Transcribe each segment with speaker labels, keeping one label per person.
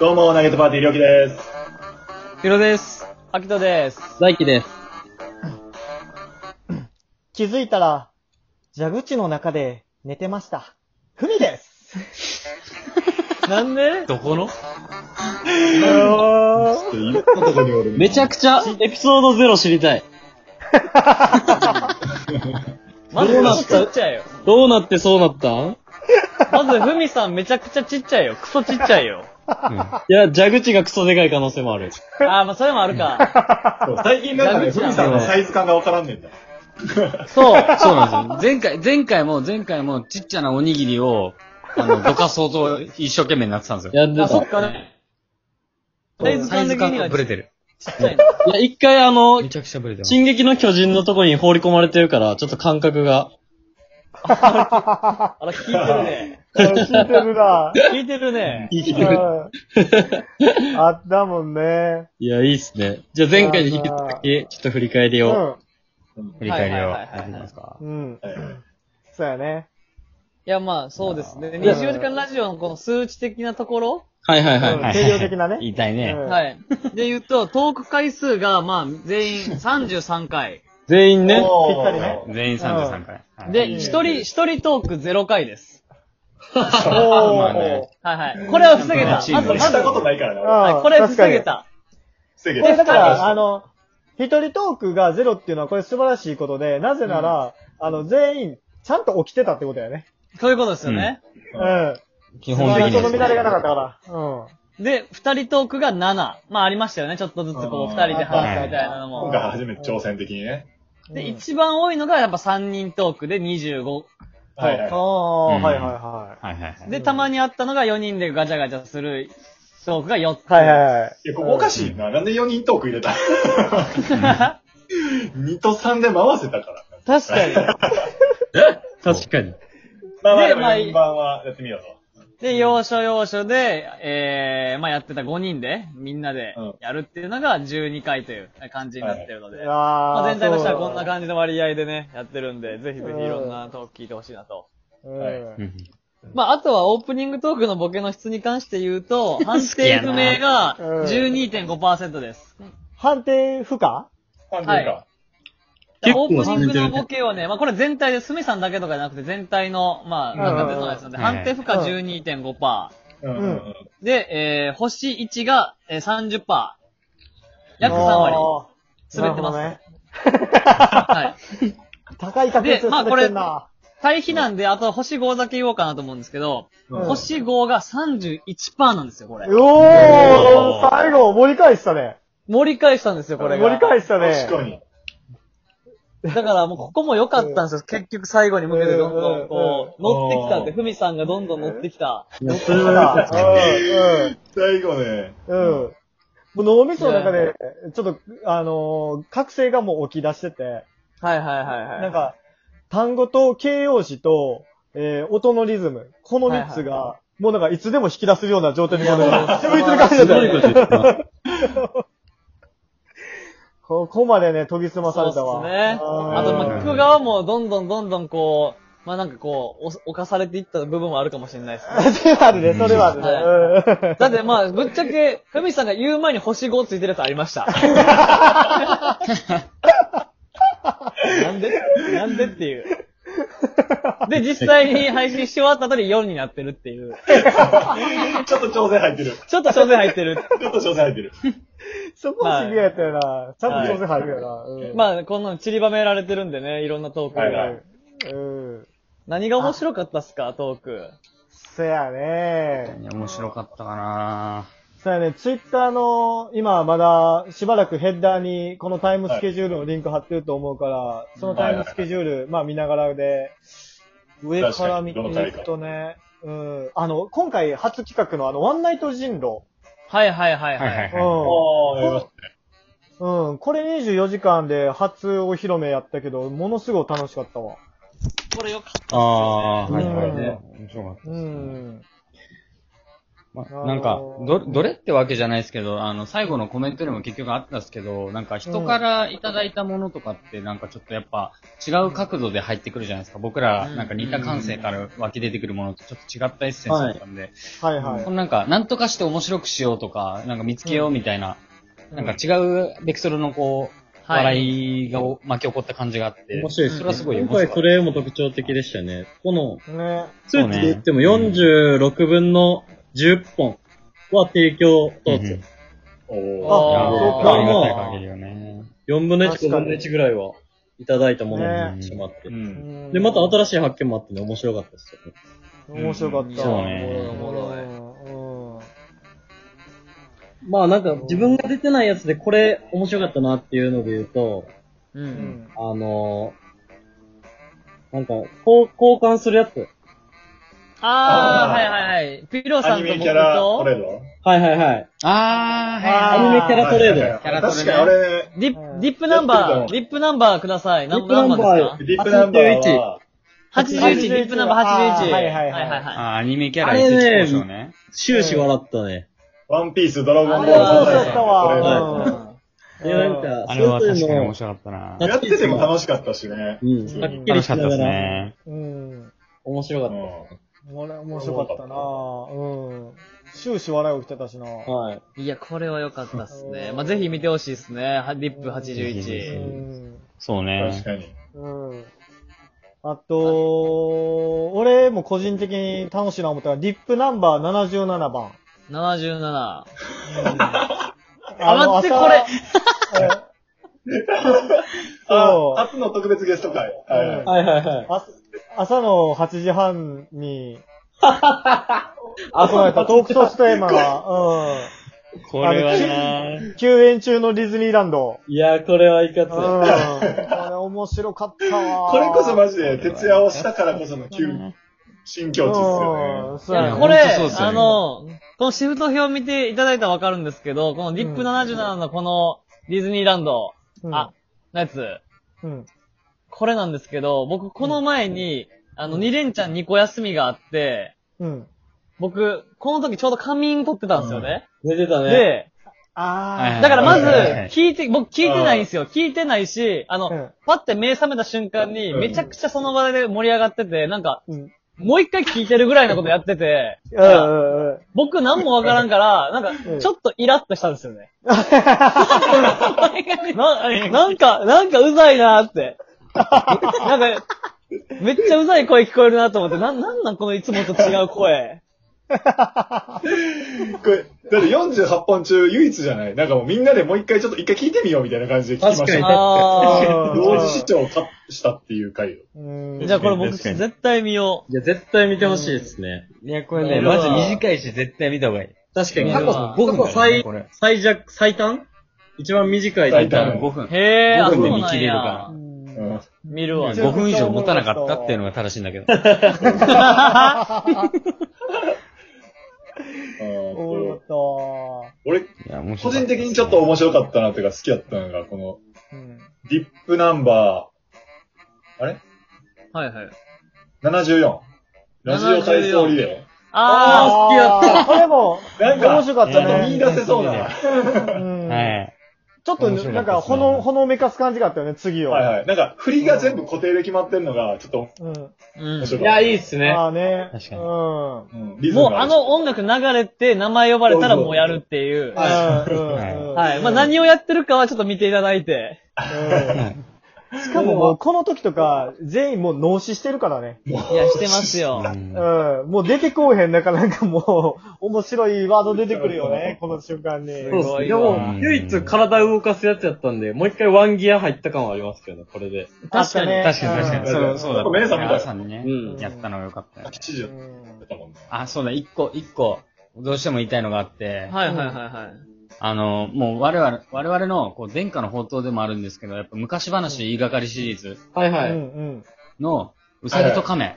Speaker 1: どうも、ナゲットパーティー、りょうきです。
Speaker 2: ひろです。
Speaker 3: 秋田です。
Speaker 2: 大輝です。
Speaker 3: 気づいたら、蛇口の中で寝てました。ふみです。
Speaker 2: なんで
Speaker 4: どこ
Speaker 1: ち
Speaker 4: の
Speaker 1: ょっといろんなとこにおる。
Speaker 2: めちゃくちゃエピソードゼロ知りたい。
Speaker 3: まず
Speaker 2: どうなっ
Speaker 3: クソち
Speaker 2: た
Speaker 3: っちゃいよ。
Speaker 2: どうなってそうなったん
Speaker 3: まずふみさんめちゃくちゃちっちゃいよ。クソちっちゃいよ。
Speaker 2: いや、蛇口がクソでかい可能性もある。
Speaker 3: ああ、まあそれもあるか。
Speaker 1: そう最近なんかね、ふみさんのサイズ感がわからんねんだ。
Speaker 3: そう。
Speaker 4: そうなんですよ。前回、前回も、前回も、ちっちゃなおにぎりを、あの、どかそうと一生懸命なってたんですよ。
Speaker 2: やって
Speaker 3: あ、 そ
Speaker 2: た。
Speaker 3: っかね。
Speaker 4: サ
Speaker 3: サ
Speaker 4: イ
Speaker 3: イ
Speaker 4: ズ
Speaker 3: ズ
Speaker 4: 感
Speaker 3: 感的に
Speaker 4: が
Speaker 3: は
Speaker 4: ブ
Speaker 3: ち
Speaker 4: レ
Speaker 3: って
Speaker 4: る。
Speaker 3: ちゃいの。
Speaker 2: いや、一回あの
Speaker 4: め、ちゃくちゃブレてます。
Speaker 2: 進撃の巨人のとこに放り込まれてるから、ちょっと感覚が。
Speaker 3: あら、聞いてるね。
Speaker 5: あ聞いてる な。
Speaker 3: 聞いてるね。
Speaker 5: うんあったもんね。
Speaker 2: いや、いいっすね。じゃあ前回に引き続き、ちょっと振り返り
Speaker 5: う
Speaker 2: を。
Speaker 5: ん。
Speaker 4: 振り返りを。
Speaker 3: はいはいはいはい
Speaker 4: やりますか
Speaker 5: うん。そうやね。
Speaker 3: いや、まあ、そうですね。
Speaker 5: ん
Speaker 3: 24時間ラジオのこの数値的なところ、
Speaker 2: はいはいはい。
Speaker 5: うん
Speaker 2: はい
Speaker 5: 定量的なね
Speaker 4: 言いたいうね
Speaker 5: ん。
Speaker 3: はい。で言うと、トーク回数が、まあ、全員33回。
Speaker 2: 全員ね。
Speaker 1: おー
Speaker 5: ぴったりね
Speaker 4: 全員33回。はい
Speaker 3: で、一人、一人トーク0回です。
Speaker 5: お
Speaker 4: まあね
Speaker 5: ー。
Speaker 3: はいはい。これは防げた。
Speaker 4: ま
Speaker 3: あ
Speaker 4: あ
Speaker 3: と、
Speaker 4: チーム
Speaker 3: ま
Speaker 1: 俺した
Speaker 3: ず、
Speaker 1: ことないからね、俺。
Speaker 3: はい、
Speaker 5: あ
Speaker 3: これ防げ。た。
Speaker 1: 防げ
Speaker 5: これだから、
Speaker 1: の、
Speaker 5: あの、一人トークがゼロっていうのはこれ素晴らしいことで、なぜなら、あの、全員、ちゃんと起きてたってことやね。
Speaker 3: そういうことですよね。
Speaker 5: うん。
Speaker 2: 基本的に
Speaker 5: その
Speaker 2: は。
Speaker 5: 乱れがなかったから。うん。
Speaker 3: で、二人トークが7。まあありましたよね。ちょっとずつこう、
Speaker 1: うん
Speaker 3: 二人で話すみたいな
Speaker 1: 今
Speaker 3: のも。
Speaker 1: 回初めて挑戦的にね。
Speaker 3: で、一番多いのがやっぱ三人トークで25。
Speaker 1: はいは
Speaker 5: ああ、
Speaker 4: うん
Speaker 5: はいはいは
Speaker 4: はいはいはい。
Speaker 3: で、たまにあったのが4人でガチャガチャするトークが4つ。
Speaker 5: い。はいはいはい。
Speaker 1: い。いや、ここおかしいな。なんで4人トーク入れた ?2 と3で回せたから。
Speaker 3: 確かに。
Speaker 2: 確かに。
Speaker 1: まあまあ、
Speaker 3: で
Speaker 1: でも
Speaker 3: まあ
Speaker 1: 4番はやってみようと。
Speaker 3: で、要所要所で、えー、まあやってた5人で、みんなで
Speaker 1: うん
Speaker 3: やるっていうのが12回という感じになってるので。ま
Speaker 5: あ
Speaker 3: あ、全体としてはこんな
Speaker 5: じ。
Speaker 3: 感じの割合でね、やってるんで、ぜひぜひいろんなトーク聞いてほしいなと。
Speaker 5: うん
Speaker 1: は
Speaker 4: うん
Speaker 3: まあ、あとはオープニングトークのボケの質に関して言うと、判定不明が
Speaker 5: うん
Speaker 3: 12.5%です。
Speaker 5: 判定不可
Speaker 1: 判
Speaker 3: は
Speaker 1: 定
Speaker 3: い
Speaker 1: か。
Speaker 2: 結構
Speaker 3: オープニングのボケをね、まあこれ全体で、すみさんだけとかじゃなくて全体の、まあ、
Speaker 5: うん
Speaker 3: 中でのやつなんで、
Speaker 4: うん
Speaker 3: 判定不可
Speaker 5: うん
Speaker 3: 12.5%。
Speaker 1: うんうんうん。
Speaker 3: で、えー、星1がえー30%。約3割。
Speaker 5: あー
Speaker 3: 滑ってます
Speaker 5: なる
Speaker 3: はい。
Speaker 5: ほどね。高い確率
Speaker 3: で
Speaker 5: で
Speaker 3: まあ
Speaker 5: 滑ってんな。
Speaker 3: 対比なんで、あと星5だけ言おうかなと思うんですけど、
Speaker 5: うん
Speaker 3: 星5が31%なんですよ、これ。
Speaker 5: お
Speaker 4: おー
Speaker 5: ー、最後、盛り返したね。盛
Speaker 3: 盛り返したんですよ、これが。
Speaker 5: り返したね。
Speaker 1: 確かに。
Speaker 3: だからもうここも良かったんですよ。結局最後に向けてどんどんこう、
Speaker 1: うんうん
Speaker 3: 乗ってきたって、ふみさんがどんどん乗ってきた。
Speaker 2: いや、それは確かに。
Speaker 1: 最後ね。
Speaker 5: うん、うん。うん。もう脳みその中で、ちょっと、あのー覚醒がもう起き出してて、
Speaker 3: はいはいはいはい。
Speaker 5: なん、か、単語と形容詞と、えー音のリズム、この3つが、
Speaker 3: はい
Speaker 5: もうなんかいつでも引き出すような状態にまで
Speaker 3: も
Speaker 5: 続
Speaker 3: う
Speaker 5: いてる感じだ
Speaker 2: す
Speaker 5: った
Speaker 2: ごい
Speaker 5: よ
Speaker 2: こ
Speaker 5: ね。
Speaker 2: と言ってた。
Speaker 5: ここまでね、研ぎ澄まさ
Speaker 3: そう
Speaker 5: れ
Speaker 3: です
Speaker 5: たわ。
Speaker 3: ね。
Speaker 5: うん
Speaker 3: あと、まあ、聞く側もどんどんどんどんこう、まあなんかこう、お犯されていった部分はあるかもしれないですね。
Speaker 5: それはあるね、それはあるね。うん
Speaker 3: だってまあ、ぶっちゃけ、ふみさんが言う前に星5ついてるやつありま した。なんでなんでっていう。で、実際に配信し終わった後に4になってるっていう。
Speaker 1: ちょっと挑戦入ってる。
Speaker 3: ちょっと所詮入ってる。
Speaker 1: ちょっと挑戦入ってる。
Speaker 5: そこはシビアやったよな。ちゃんと調整入るよな。うん
Speaker 3: まあ、こんなの散りばめられてるんでね、いろんなトークが。
Speaker 1: はいはい
Speaker 5: うん。
Speaker 3: 何が面白かったっすか、トーク。
Speaker 5: そやね。
Speaker 4: いや面白かったかな
Speaker 5: そやね、ツイッターの、今まだしばらくヘッダーにこのタイムスケジュールのリンク貼ってると思うから、そのタイムスケジュール、まあ見ながらで、上から見て
Speaker 1: 確かに
Speaker 5: いくとね、うん。あの、今回初企画のあの、ワンナイト人狼。
Speaker 3: はいはいはい
Speaker 4: はいはい
Speaker 5: うん。
Speaker 1: おー、やりまし
Speaker 5: うん。これ24時間で初お披露目やったけど、ものすごい楽しかったわ。
Speaker 3: これよかっ
Speaker 4: ああ、
Speaker 5: うん
Speaker 4: はいはい。面白かった
Speaker 5: う
Speaker 4: ですね。
Speaker 5: ん。
Speaker 4: ま
Speaker 5: あのー
Speaker 4: あ、なんか、ど、どれってわけじゃないですけど、あの、最後のコメントにも結局あったんですけど、なんか人からいただいたものとかって、なんかちょっとやっぱ違う角度で入ってくるじゃないですか。僕ら、なんか似た感性から湧き出てくるものとちょっと違ったエッセンスだったんで、
Speaker 5: はいはい
Speaker 4: そ。のなんか、なんとかして面白くしようとか、なんか見つけようみたいな、なんか違うベクトルのこう、
Speaker 3: は
Speaker 4: 笑
Speaker 3: い
Speaker 4: いがお巻き起こった感じがあって、
Speaker 2: 面白いですね。
Speaker 4: それはすごい面
Speaker 2: 今
Speaker 4: 白い
Speaker 2: 回それも特徴的でしたね。この、
Speaker 5: ね。
Speaker 2: 数値で言っても46分の10本は提供等
Speaker 4: うんう
Speaker 2: 値
Speaker 4: ん。
Speaker 1: お
Speaker 5: あ
Speaker 1: ー。
Speaker 4: いや
Speaker 5: そ
Speaker 4: ー
Speaker 5: うか
Speaker 4: ありがたい限りよね。
Speaker 2: 4分の1、
Speaker 5: 確
Speaker 2: 5
Speaker 5: かに
Speaker 2: 分の1ぐらいはいただいたもの
Speaker 4: ね
Speaker 2: にしてもらって
Speaker 1: う。。
Speaker 5: うんん
Speaker 2: で、また新しい発見もあってね、面白かったですよね。
Speaker 5: 面白かった。
Speaker 4: そうね
Speaker 5: ん
Speaker 4: お
Speaker 3: もろい
Speaker 5: うん
Speaker 2: まあなんか自分が出てないやつでこれ面白かったなっていうので言うと、
Speaker 3: う。
Speaker 5: うんん。
Speaker 2: あのー、なんか、こう交換するやつ。
Speaker 3: あー、
Speaker 1: あ
Speaker 3: は
Speaker 1: ー
Speaker 3: いはいはい。ピロさ
Speaker 1: ア
Speaker 3: ん
Speaker 1: ニ
Speaker 3: と
Speaker 1: メ
Speaker 3: 僕
Speaker 1: キャラトレ
Speaker 3: と、
Speaker 1: ード
Speaker 2: はいはいはい。
Speaker 4: あー、は
Speaker 5: あー
Speaker 4: い
Speaker 2: ア
Speaker 4: は
Speaker 2: ニ
Speaker 4: い。
Speaker 2: メキャラトレード。
Speaker 1: はいはいはい
Speaker 4: キャラトレね
Speaker 1: 確かにあれ、
Speaker 3: ディップ、ディップナンバー、ディップナンバーください。何
Speaker 2: ディップナンバ
Speaker 3: 何番
Speaker 2: ー
Speaker 3: ですか
Speaker 1: リップナンバーは、
Speaker 3: 81、
Speaker 5: 81
Speaker 3: ディップナンバー
Speaker 5: あー
Speaker 3: 81。
Speaker 5: はいはいはい
Speaker 4: あ
Speaker 3: は
Speaker 4: ーアニメキャ
Speaker 2: あ
Speaker 4: ラ
Speaker 2: れね
Speaker 4: 移籍交渉ね。
Speaker 2: 終始笑ったね。
Speaker 1: ワンピース、ドラゴン
Speaker 5: あ
Speaker 1: ボー
Speaker 5: れ
Speaker 1: ル、
Speaker 5: は面白
Speaker 1: サザエ
Speaker 5: かっ
Speaker 1: さ
Speaker 5: た
Speaker 1: ん
Speaker 5: わ。
Speaker 1: トレード
Speaker 5: うん
Speaker 2: いや、なんか、
Speaker 4: あれは
Speaker 2: それ
Speaker 4: 確
Speaker 2: ぞ
Speaker 4: か
Speaker 2: れ
Speaker 4: に
Speaker 2: の
Speaker 4: 面白かったな。
Speaker 2: うん
Speaker 1: やってても楽しかったしね。
Speaker 2: うん、
Speaker 5: うん
Speaker 2: はっき
Speaker 4: 楽
Speaker 2: り
Speaker 4: し
Speaker 2: し
Speaker 4: か
Speaker 2: な
Speaker 4: ったで
Speaker 2: が
Speaker 4: す
Speaker 2: ら、
Speaker 4: ね。
Speaker 5: うん。
Speaker 2: 面白か
Speaker 1: う
Speaker 2: っ
Speaker 1: ん。
Speaker 5: あれ面白かったなうん。終始笑い起きてたしな
Speaker 2: た。はい。
Speaker 3: い。いや、これは良かったっすね。まあ、ぜひ見てほしいっすね。はディップ
Speaker 5: う
Speaker 3: 81。
Speaker 5: ん。
Speaker 4: そう
Speaker 1: 確
Speaker 4: ね。
Speaker 1: かに。
Speaker 5: うん。あと、俺も個人的に楽しいな思ったのは、リップナンバー77番。
Speaker 3: 77。
Speaker 5: あ
Speaker 3: あ、
Speaker 5: の
Speaker 3: 待って、これ。。
Speaker 5: 朝
Speaker 1: あ
Speaker 5: そ、う
Speaker 1: 初の特別ゲスト会。
Speaker 5: う
Speaker 1: は
Speaker 5: ん
Speaker 2: はいはいはい。
Speaker 5: 朝朝の8時半に、
Speaker 2: 朝
Speaker 5: 朝
Speaker 2: の
Speaker 5: の
Speaker 2: 8
Speaker 5: やったトークソフトテーマが、
Speaker 2: これはなぁ
Speaker 5: うん。休園中のディズニーランド。
Speaker 2: いやー、これはいか
Speaker 5: うん。
Speaker 2: つ。
Speaker 5: これ面白かった
Speaker 1: い。
Speaker 5: わ。
Speaker 1: これこそマジで、徹夜をしたからこその旧新境地っす
Speaker 5: うん
Speaker 1: よ
Speaker 5: そうや
Speaker 4: いや
Speaker 5: ね
Speaker 3: これ、
Speaker 4: ほんとそうっすよね
Speaker 3: あの、このシフト表見ていただいたらわかるんですけど、このディップ77のこのディズニーランド、
Speaker 5: うん
Speaker 3: あ、のやつ、
Speaker 5: うん。
Speaker 3: これなんですけど、僕この前に、あの、2連チャン2個休みがあって、
Speaker 5: うん。
Speaker 3: 僕、この時ちょうど仮眠取ってたんですよね。
Speaker 2: 寝てたね。
Speaker 3: で、
Speaker 5: あ
Speaker 3: だからまず
Speaker 4: はいはいはい、
Speaker 3: 聞いて、僕聞いてないんですよ。聞いてないし、あ
Speaker 5: あ。
Speaker 3: の、パって目覚めた瞬間に、
Speaker 1: うん
Speaker 3: めちゃくちゃその場で盛り上がってて、なんか、
Speaker 5: うん。うん。
Speaker 3: もう一回聞いてるぐらいのことやってて、
Speaker 5: うんうんうん。
Speaker 3: 僕なんもわからんから、なん
Speaker 5: う
Speaker 3: か、
Speaker 5: ん
Speaker 3: ちょっとイラッとしたんですよね。な なんか、なんかうざいなーって。なんか、めっちゃうざい声聞こえるなと思って、な、なんなんこのいつもと違う声。
Speaker 1: ね。これ、だって48本中唯一じゃないなんかもうみんなでもう一回ちょっと一回聞いてみようみたいな感じで聞きまし
Speaker 2: 確かに
Speaker 1: た。
Speaker 3: あ
Speaker 5: に
Speaker 1: 同時視聴をカップしたっていう回よ。
Speaker 5: うん
Speaker 3: ー。じゃあこれ僕
Speaker 2: 確かに
Speaker 3: 絶対見よ
Speaker 2: いや、絶対見てほしいですね。
Speaker 4: いや、こ
Speaker 3: れねマジ短
Speaker 4: いし、絶対見た方がいい。
Speaker 2: 確かに、
Speaker 3: こ
Speaker 2: 過
Speaker 3: れ
Speaker 2: 去、
Speaker 3: は
Speaker 2: 過去最
Speaker 4: これ、
Speaker 2: 最弱、最短一番短い
Speaker 1: 最
Speaker 4: 多分
Speaker 1: 短
Speaker 4: 5分
Speaker 3: う。。へー、あ、
Speaker 4: 5
Speaker 3: そう
Speaker 4: 分で見
Speaker 3: な
Speaker 4: 切
Speaker 3: ん
Speaker 4: れる
Speaker 3: や
Speaker 4: か。
Speaker 1: うん。
Speaker 3: 見るわ。
Speaker 5: じゃあ
Speaker 4: 5分以上持たなかったっていうのが正しいんだけど。
Speaker 5: お
Speaker 1: うん
Speaker 5: もろか
Speaker 1: 俺、
Speaker 4: いや、面
Speaker 1: 個人
Speaker 4: 白かたです
Speaker 1: 的にちょっと面白かったなっていうか好きだったのが、この、
Speaker 5: った。うん。
Speaker 1: ディップナンバ
Speaker 3: はいはい。
Speaker 1: ー74。ラジオ体操リレ
Speaker 3: あ
Speaker 5: あー、好
Speaker 3: ー、
Speaker 5: きやった。これも、
Speaker 1: ー。なんか、
Speaker 5: 面白かった
Speaker 1: あの見
Speaker 5: ね。
Speaker 1: 出せそうな。
Speaker 5: うん
Speaker 4: はい。
Speaker 5: ちょっと、
Speaker 4: 面白か
Speaker 5: な
Speaker 4: っ
Speaker 5: ん
Speaker 4: た
Speaker 5: か、
Speaker 4: ですね
Speaker 5: ほの、ほのめかす感じがあったよね、次を。
Speaker 1: はいはい。なんか、振りが全部固定で決まってるのが、ちょっと
Speaker 5: うん。
Speaker 3: うん
Speaker 1: 面白
Speaker 2: い
Speaker 1: かった。
Speaker 2: や、いいっすね。
Speaker 5: まあね。
Speaker 4: 確かに
Speaker 5: うん。
Speaker 1: うんリズム
Speaker 3: もう
Speaker 1: が
Speaker 3: あ
Speaker 1: あるし
Speaker 3: の音楽流れて名前呼ばれたらもうやるっていう。は
Speaker 5: はい
Speaker 4: い
Speaker 3: い。まあ何をやってるかはちょっと見ていただいて。
Speaker 5: うんしかももう、この時とか、全員もう脳死してるからね。
Speaker 3: いや、してますよ。
Speaker 4: うん
Speaker 5: うん。もう出てこうへん、なかなかもう、面白いワード出てくるよね、この瞬間に。
Speaker 2: そうっすね。でも、唯一体を動かすやつやったんで、もう一回ワンギア入った感はありますけどね、これで。
Speaker 3: 確か
Speaker 5: あ
Speaker 3: に。
Speaker 5: ったね
Speaker 4: 確かに確か に。
Speaker 1: うん
Speaker 4: そう、そうだった。
Speaker 1: 目覚めたよ
Speaker 4: 皆さんにね、
Speaker 2: うん
Speaker 4: やったのが良かったよね。
Speaker 1: 7時
Speaker 5: う
Speaker 1: やっ
Speaker 5: ん
Speaker 1: たもんね。
Speaker 4: あ、そうだ、一個、一個、どうしても言いたいのがあって、
Speaker 3: はいはいはいはい。
Speaker 4: あの、もう我々、我々の、こう、殿下の宝刀でもあるんですけど、やっぱ昔話言いがかりシリーズ
Speaker 2: はいは
Speaker 5: う
Speaker 2: い。
Speaker 5: ん
Speaker 4: の、うさぎと亀。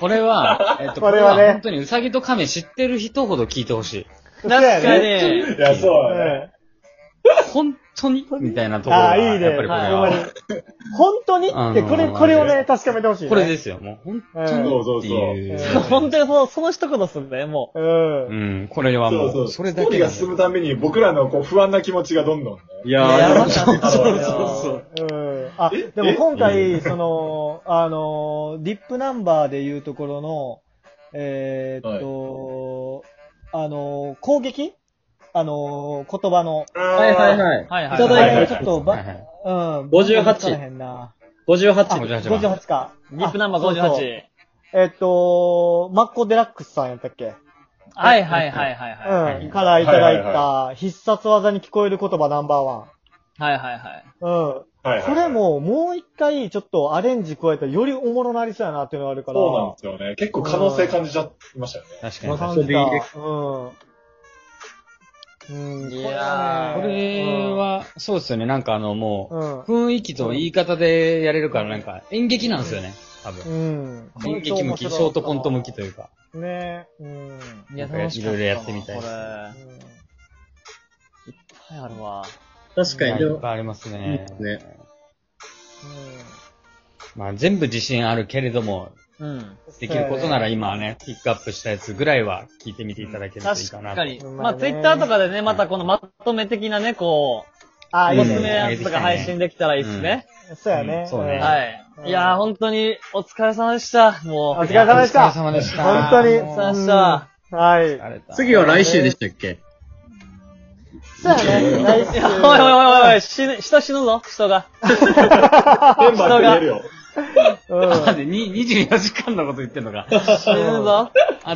Speaker 4: これは、えっと、
Speaker 5: こ
Speaker 4: こ
Speaker 5: れ
Speaker 4: れ
Speaker 5: はね
Speaker 4: は本当にうさぎと亀知ってる人ほど聞いてほしい。
Speaker 5: うん。
Speaker 3: 確か
Speaker 5: ね。
Speaker 3: に。
Speaker 1: いや、そう
Speaker 5: う
Speaker 1: だね。
Speaker 5: ん
Speaker 4: 本当にみたいなところ
Speaker 5: あ
Speaker 4: が、
Speaker 5: あ、いいね。
Speaker 4: やっぱりこれ
Speaker 5: ほんまに
Speaker 4: は。。
Speaker 5: 本当にっ
Speaker 4: あの
Speaker 5: て、
Speaker 4: ー
Speaker 5: これ、これをね、確かめてほしい、ね。
Speaker 4: これですよ。もう本当にっていう。
Speaker 5: うん
Speaker 4: そうそうそう
Speaker 3: 本当にその、その一言っすね、も
Speaker 5: うん。
Speaker 4: うん、これはも
Speaker 1: そう
Speaker 4: う、
Speaker 1: そう。
Speaker 4: それ
Speaker 1: ス
Speaker 4: だ
Speaker 1: トーリ
Speaker 4: け
Speaker 1: ー
Speaker 4: が
Speaker 1: が進むために僕らのこう不安な気持ちがどんどんね。
Speaker 2: いやー、
Speaker 3: いや
Speaker 2: やば
Speaker 1: そうそう
Speaker 5: そうそう。うん。あ、でも今回、その、あの、リップナンバーでいうところの、えーっと、あの、攻撃あの、言葉の、
Speaker 2: はいはい
Speaker 1: い。
Speaker 2: はい。
Speaker 4: はい
Speaker 5: い
Speaker 4: は
Speaker 5: た
Speaker 4: い
Speaker 5: だ
Speaker 4: はいい。
Speaker 5: てちょっとば、
Speaker 4: はいはい
Speaker 5: うん。
Speaker 2: 58
Speaker 5: わからへんな。
Speaker 2: 58。
Speaker 4: 58番。
Speaker 5: 58か。
Speaker 3: う。リップナンバー58。
Speaker 5: あそうそうえーっと、マッコデラックスさんやったっけ
Speaker 3: はいはいはいはいは
Speaker 5: う
Speaker 3: い。
Speaker 5: ん。からいただい
Speaker 1: はい
Speaker 5: た、必殺技に聞こえる言葉ナンバーワ
Speaker 3: はいはいは
Speaker 5: ン。
Speaker 3: い。
Speaker 5: うん。
Speaker 1: はいはい。
Speaker 5: これも、もう一回、ちょっとアレンジ加えたら、よりおもろなりそうやなっていうのがあるから。
Speaker 1: そうなんですよね。結構可能性感じちゃいましたよね。
Speaker 4: 確か
Speaker 5: ま
Speaker 4: に。
Speaker 5: あ
Speaker 4: こ
Speaker 5: 感じた。うん。うん、
Speaker 3: い
Speaker 5: これ
Speaker 3: やー
Speaker 5: はね
Speaker 4: れ、は、そうですよね。なんかあの、も
Speaker 5: うん
Speaker 4: う、雰囲気と言い方でやれるから、なんか演劇なんですよね。多分。
Speaker 5: うん。うん。
Speaker 4: 演劇向き、ショートコント向きというか。
Speaker 5: き。ねうん。
Speaker 3: い
Speaker 4: な
Speaker 3: や、
Speaker 4: んか
Speaker 3: 楽しかったない
Speaker 4: ろいろやってみたいで
Speaker 3: こ
Speaker 4: す
Speaker 3: れ。
Speaker 4: ね
Speaker 3: いっぱいあるわ。
Speaker 2: 確かに、
Speaker 4: い
Speaker 2: で
Speaker 4: やいっ
Speaker 2: も、
Speaker 4: ぱいあります
Speaker 2: いい
Speaker 4: ね
Speaker 2: で。すね
Speaker 4: まあ全部自信あるけれども、
Speaker 3: うん。
Speaker 4: できることなら今ね、ピックアップしたやつぐらいは聞いてみていただけるといいかな
Speaker 3: 確か
Speaker 4: と。
Speaker 3: に。
Speaker 5: うまいね
Speaker 3: まあ、ツイッターとかでね、またこのまとめ的なね、こ
Speaker 5: あ、
Speaker 3: う、
Speaker 5: い
Speaker 3: お
Speaker 5: い
Speaker 3: すすめ
Speaker 5: ね。
Speaker 3: やつとか配信できたらいいっすね。
Speaker 5: そうやね
Speaker 4: う。んそうね
Speaker 5: ん
Speaker 4: ん
Speaker 3: はい
Speaker 5: うん。
Speaker 3: いやー、本当にお疲れ様でした。もう。
Speaker 5: お疲れ様でした。
Speaker 4: お疲れ様でした
Speaker 5: 本当に。
Speaker 3: お疲れ様でした。
Speaker 5: うんはい。
Speaker 4: に
Speaker 6: 次は来週でしたっけ
Speaker 5: そうやね。来週
Speaker 3: いや おいおいおいおい、死ぬ、人死ぬぞ、人が。
Speaker 1: メンバーで見えるよ。
Speaker 5: うん。
Speaker 4: に24時間のこと言ってんのか。
Speaker 3: 死ぬぞ。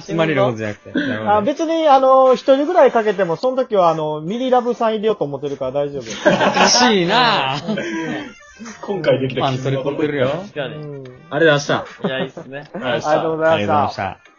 Speaker 4: 集まれることじゃなくて。なるほど
Speaker 5: あ別に、あの、一人ぐらいかけても、その時は、あの、ミリラブさん入れようと思ってるから大丈夫。
Speaker 4: おかしいなぁ。
Speaker 1: 今回でき
Speaker 4: パ
Speaker 1: た
Speaker 4: ン取り込んでるよ。
Speaker 3: いや
Speaker 5: う
Speaker 3: ね
Speaker 5: ん。
Speaker 6: あれで明日。
Speaker 3: いや、いいっすね。
Speaker 1: はい
Speaker 5: ありがとうございました。
Speaker 4: た。